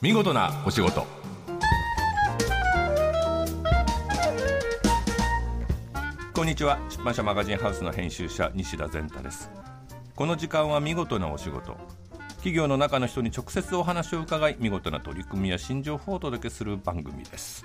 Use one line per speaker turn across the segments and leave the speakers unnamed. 見事なお仕事こんにちは出版社マガジンハウスの編集者西田善太ですこの時間は見事なお仕事企業の中の人に直接お話を伺い見事な取り組みや新情報をお届けする番組です、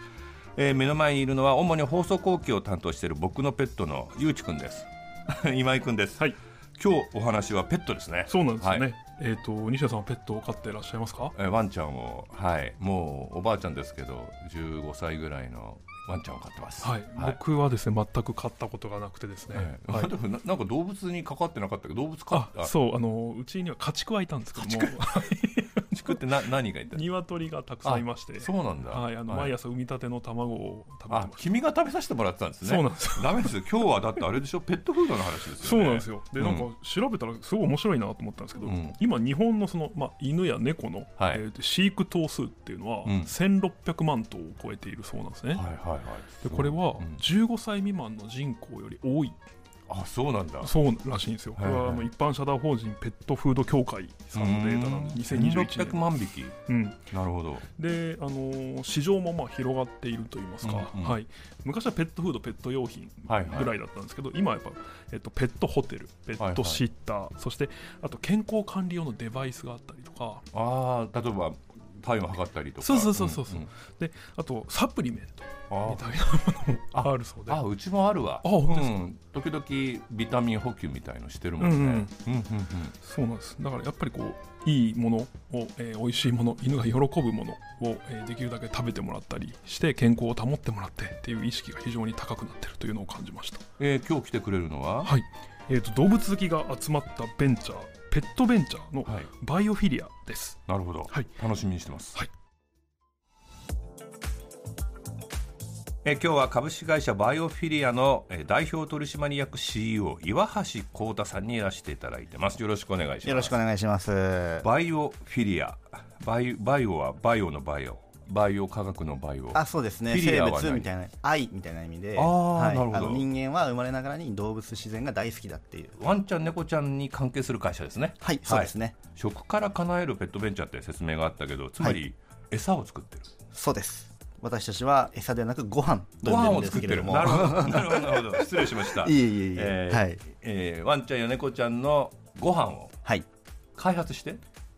えー目の前にいるのは主に放送後期を担当している僕のペットのゆうちくんです 今井くんです、
はい、
今日お話はペットですね
そうなんですよね。
はい
えっ、と西田さんはペットを飼ってらっしゃいますか？
えーワンちゃんを、はい、もうおばあちゃんですけど15歳ぐらいのワンちゃんを飼ってます
はい、僕はですね全く飼ったことがなくてですね。
ええ
はい
なん。かな なんか動物にかかってなかったけど動物
あ
飼った
そうあのうちには家畜はいたんですけども
作ってな何がいた
鶏がたくさんいまして
そうなんだ
はいあの、毎朝産みたての卵を食べて
あ
まし
君が食べさせてもらってたんですね
そうなんですよ
ダメですよ今日はだってあれでしょペットフードの話で
た
す
そ
よ
う
ね
なんですよでなんか
うん
調べたらすごい面白いなと思ったんですけど、
うん
今日本のその、まあ、犬や猫の、
はい
えーと飼育頭数っていうのは、
うん
1600万頭を超えているそうなんですね、
はいはいはい
でこれは
うん
15歳未満の人口より多い
あそうなんだ
そうらしいんですよ、これ
はい
は
はい
あの一般社団法人ペットフード協会さんのデータなんです、2021
600
年。
万匹
うん、
なるほど
で、あのー市場もまあ広がっているといいますか、
うんうん
はい、昔はペットフード、ペット用品
はいはい
ぐらいだったんですけど、今はやっぱ、えっと、ペットホテル、ペ
はい
ッ
はい
トシッター、そしてあと健康管理用のデバイスがあったりとか、
ああ例えば体温測ったりとか
そうそうそうそう、うん
んん
であとサプリメント
あー
みたいなものもあるそうで。
あうちもあるわ
あ本当で
う
す
ん、時々ビタミン補給みたいのしてるもんね、
う
うん
ん
う
うんん
うん
そうなんですだからやっぱりこういいものを、えー、美味しいもの犬が喜ぶものを、えーできるだけ食べてもらったりして健康を保ってもらってっていう意識が非常に高くなってるというのを感じました
えー今日来てくれるのは、
はい、えー、と動物好きが集まったベンチャーペットベンチャーの
はい
バイオフィリアです、
なるほど、
はい
楽しみにしてます、
はい
えー今日は株式会社バイオフィリアのえー代表取締役 CEO 岩橋幸太さんにいらしていただいてますよろしくお願いします
よろしくお願いします。
バイオフィリアバイバイオはバイオのバイオバイオ科学のバイオ
あ、そうですね。
フィリ
生
アは何
物みたいな、愛みたいな意味で、
あー
はい、
なるほど
あの人間は生まれながらに動物自然が大好きだっていう。
ワンちゃん猫ちゃんに関係する会社ですね
はい、そうですね。
食から叶えるペットベンチャーって説明があったけどつま
は
り餌を作ってる、
そうです。私たちは餌ではなくご飯と
ご
呼ん
飯を作って
でるんですけれ
る
ども。
なるほどなるほどなるほど失礼しました
いえいえいえ
え
はい
えーワンちゃんや猫ちゃんのご飯を
はい。
開発して売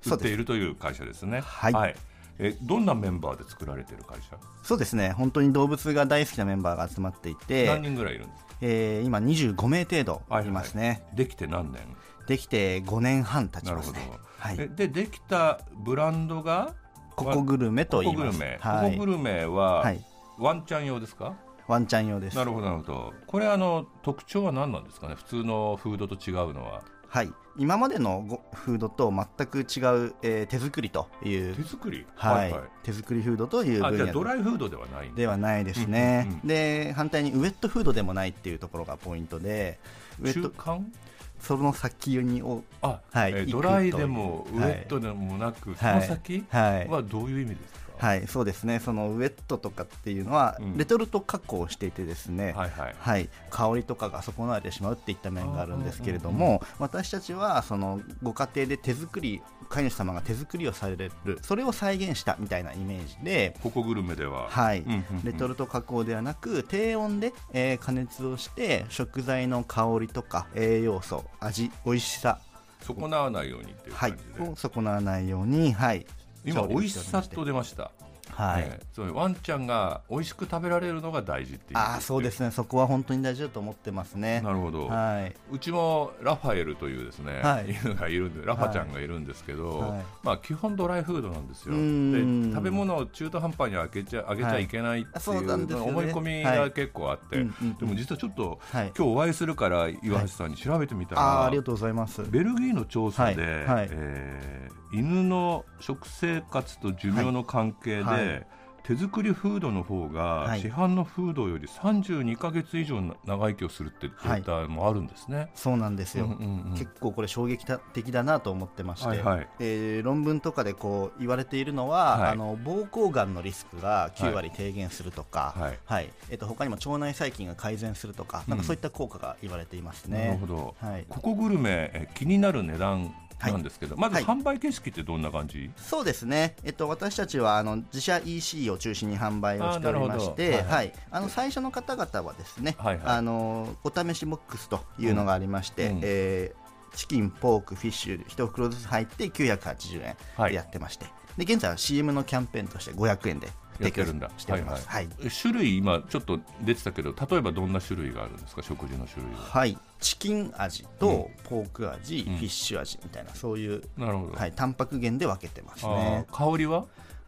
そ
っ
うです
ているという会社ですね
はい
えどんなメンバーで作られている会社、
そうですね。本当に動物が大好きなメンバーが集まってい
何
て、
人ぐらいいるんですか
えー、今25名程度
はいはい
いますね。
できて何年
できて5年半経ち
なる
ま
ほ
す
ど
ね。、はい
え。でできたブランドが
ココグルメと
コ
言
コグ
いま
ル
す。
メ、
は
コ
い
コグ。ルメは、
はい。
ワンちゃん用ですか
ワンちゃん用です。
なるほどなるほどこれあの特徴は何なんですかね普通のフードと違うのは
はい、今までのごフードと全く違う、えー手作りという
手、作り
はい手作りフードという
あ
分
じゃあド
野
ライフードではないんだ
ではないですね、
うんうんうん
で反対にウエットフードでもないっていうところがポイントでウエッ
中
ト
間
その先にお、
あ、
はい
えー
行く
ドライでもウ
と
エ
いうはい
ットでもなく、
はい
その先
はい
はどういう意味ですか、
はい、そうですねそのウエットとかっていうのは、
うん
レトルト加工をしていてですね、
はい、はい
はい、香りとかが損なわれてしまうっていった面があるんですけれど
あー
も、私たちはそのご家庭で手作り飼い主様が手作りをされるそれを再現したみたいなイメージで、
ここグルメでは、
はい
うんうんうん
レトルト加工ではなく低温で、えー加熱をして食材の香りとか栄養素味美味しさ、
損なわないようにっていう
は
感
い
じで、、
を損なわないように、はい、
今
調理
美
を
味
て
し
おり
さ
まて
と出ました、
はい、
えーそうワンちゃんが美味しく食べられるのが大事っていう
ああそうですすねそこは本当に大事だと思ってますね
なるほど、
はいう
ちもラファエルというですね、
はい
犬がいるんでラファちゃんがいるんですけど、
はい
まあ、基本ドライフードなんですよ
う
で
ん
食べ物を中途半端に開けちゃあげちゃいけないって
あ
い,、
そううなんですよね
思い込み
は
が
い
結構あって、
うんうん
でも実はちょっと、
はい
今日お会いするから岩橋さんに調べてみたら、
ああありがとうございます
ベルギーの調査で、
はいはい
えー犬の食生活と寿命の関係で、
はいはい
手作りフードの方が
はい
市販のフードより32か月以上長生きをするってデータもあるんですね。
そうなんですよ、
うんうんうん
結構これ衝撃的だなと思ってまして、
はいはい
えー論文とかでこう言われているのは、
はい
あの膀胱がんのリスクが9割低減するとか、
は
はいいえっと他にも腸内細菌が改善するとか、なんかそういった効果が言われています
なる
ね
ほ。ど、
はい
ここグルメえ気になる値段
はい
なんですけど、まず
はい
販売形式ってどんな感じ、
そうですね、えっと、私たちはあの自社 EC を中心に販売をしておりま
あ
し
ーな
て、
るほど
はいあの最初の方々はですね、
はいはい
あのお試しボックスというのがありまして、
うん
えーチキン、ポーク、フィッシュ1袋ずつ入って980円
はい
でやってまして、で現在は CM のキャンペーンとして500円で
やっ
提
て
供
るんだ
しております。はい
種類、今ちょっと出てたけど、例えばどんな種類があるんですか、食事の種類は。
はい、チキン味とポーク味、
うん
フィッシュ味みたいなそういう、
なるほど、
はい、タンパク源で分けてます
あ
ね
ー香りは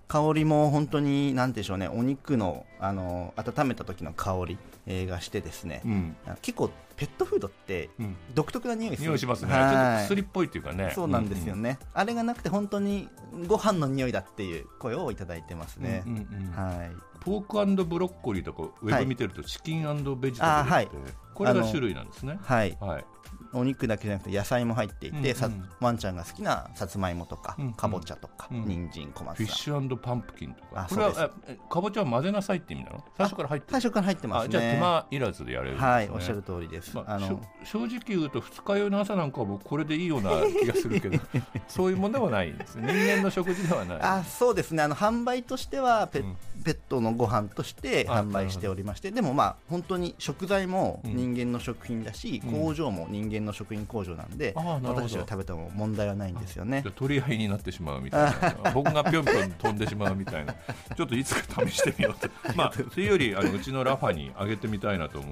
香りも本当に何でしょうねお肉のあの温めた時の香りえーがしてですね、
ん、
あの結構ペットフードって
うん、
独特な匂いする
匂いしますね、ちょっと
はい
薬っぽいっていうかね、
そうなんですよ
ね、
ね、あれがなくて本当にご飯の匂いだっていう声をいただいてますね、
うんうん
はい
ポークブロッコリーとか、ウェブ見てると、チキンベジタ
あーは
ブルっ
い
て、これが種類なんですね。
はい、
はい、
お肉だけじゃなくて野菜も入っていて、
うんうん
さワンちゃんが好きなさつまいもとか、
うんうん
かぼちゃとか、
うん
人参小松
フィッ
菜
シュパンプキンとか
あ、
これ
そう
はえかぼちゃは混ぜなさいって意味なの最初から入ってる
最初から入ってます
あじゃあ手
ね
間いらずでやれるんですね、
はいおっしゃる通りです、
まあ、
あの
しょ正直言うと二日酔いの朝なんかは僕これでいいような気がするけ どそういうもんではないんですね人間の食事ではない
あそうですねあの販売としてはペ,、
うん
ペットのご飯として
あ
販売しておりましてでもまあ本当に食材も
うん
人間の食品だし、
うん
工場も人間の食品工場なんで、
あーなるほど
私たちが食べても問題はないんですよね
じゃあ取り合いになってしまうみたいな僕がぴょんぴょん飛んでしまうみたいなちょっといつか試してみようと まあというよりあのうちのラファにあげてみたいなと思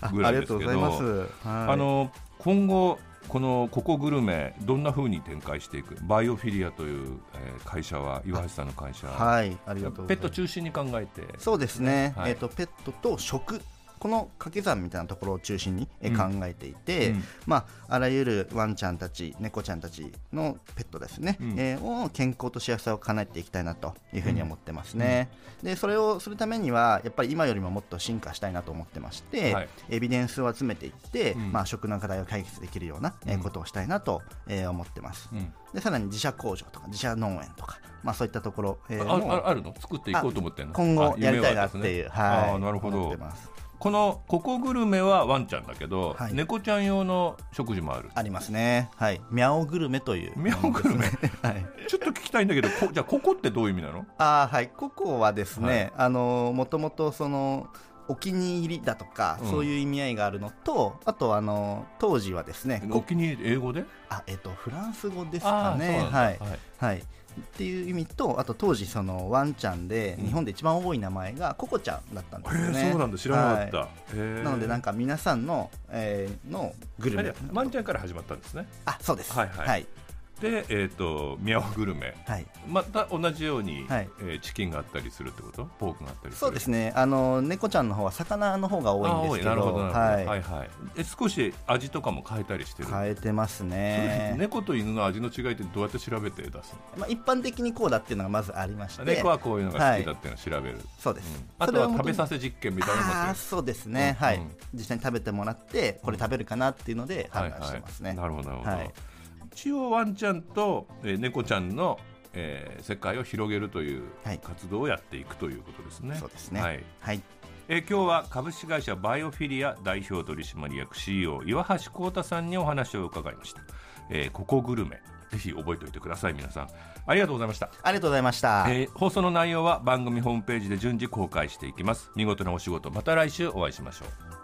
あ
うぐ
あ
らい
り
です
が
け
と
ど
うございます、はい、
あの今後このココグルメどんな風に展開していくバイオフィリアという、えー会社は岩橋さんの会社、
はいありがとうござ
ペ
い
ッ
ま
ト
す
中心に考えて
そうですね、
はい
えっとペットと食この掛け算みたいなところを中心にえ
う
考
ん
えてい
う
て、
ん
まあ、あらゆるワンちゃんたち、猫ちゃんたちのペットですね、
うん
えーを健康と幸せを叶えていきたいなというふうに思ってますね、でそれをするためにはやっぱり今よりももっと進化したいなと思ってまして、
はい
エビデンスを集めていって、
うん
まあ、食の課題を解決できるような、えー
うん
ことをしたいなと、えー思ってます
うん
でさらに自社工場とか自社農園とか、まあ、そういったところ、えー
あ
も
ああるの作っていこうと思ってんの
今
あ
後やりた
夢は
いな
あ
っ
る
て
ん
い
で
う、
すね
はい、
あーなるほ
思って
ど
ます
このココグルメはワンちゃんだけど、
はい
猫ちゃん用の食事もある
ありますねはいミャオグルメという
ミャオグルメ
はい
ちょっと聞きたいんだけどこじゃあココってどういう意味なの
あーはいココはですね、あのーもともとそのお気に入りだとか、
うん
そういう意味合いがあるのとあとあのー当時はですね
お
コ
気に入り英語で
あえっ、とフランス語です
あ
か
ー
ね
そうなんだ
はい、
はい
はいっていう意味とあと当時そのワンちゃんで
うん
日本で一番多い名前がココちゃんだったんですよね、
へえそうなんだ知らなかった、
は
へえ
いなのでなんか皆さんの、えーのグル
あれ
メ
ワンちゃんから始まったんですね
あそうです
はいはい
はい、
でえっ、とミャオグルメ
はい
また同じように、
はい
えーチキンがあったりするってことポークがあったりする
そうですねあの猫ちゃんの方は魚の方が多いんですけど
あ多なるほどなるほど、
は
はいいはいえ少し味とかも変えたりしてる
変えてますね
そうです猫と犬の味の違いってどうやって調べて出す
まあ、一般的にこうだっていうのがまずありまして
の猫はこういうのが好きだっていうのを調べる、
そうです、
うんあ
そ
と
れ
は
をも
食
と
べ
に
させ実験みたいなのもや
あー
ってる
そうですね、
うん
はい
うん
実際に食べてもらってこれ食べるかなっていうので判断してますね、
はいはい、なるほどなるほど、
はい
一応ワンちゃんと、えー猫ちゃんの、えー世界を広げるという
はい
活動をやっていくということですね、
そうですね
はい
はい
えー今日は株式会社バイオフィリア代表取締役 CEO 岩橋幸太さんにお話を伺いました、えーここグルメぜひ覚えておいてください皆さんありがとうございました、
ありがとうございました、
えー放送の内容は番組ホームページで順次公開していきます見事なお仕事また来週お会いしましょう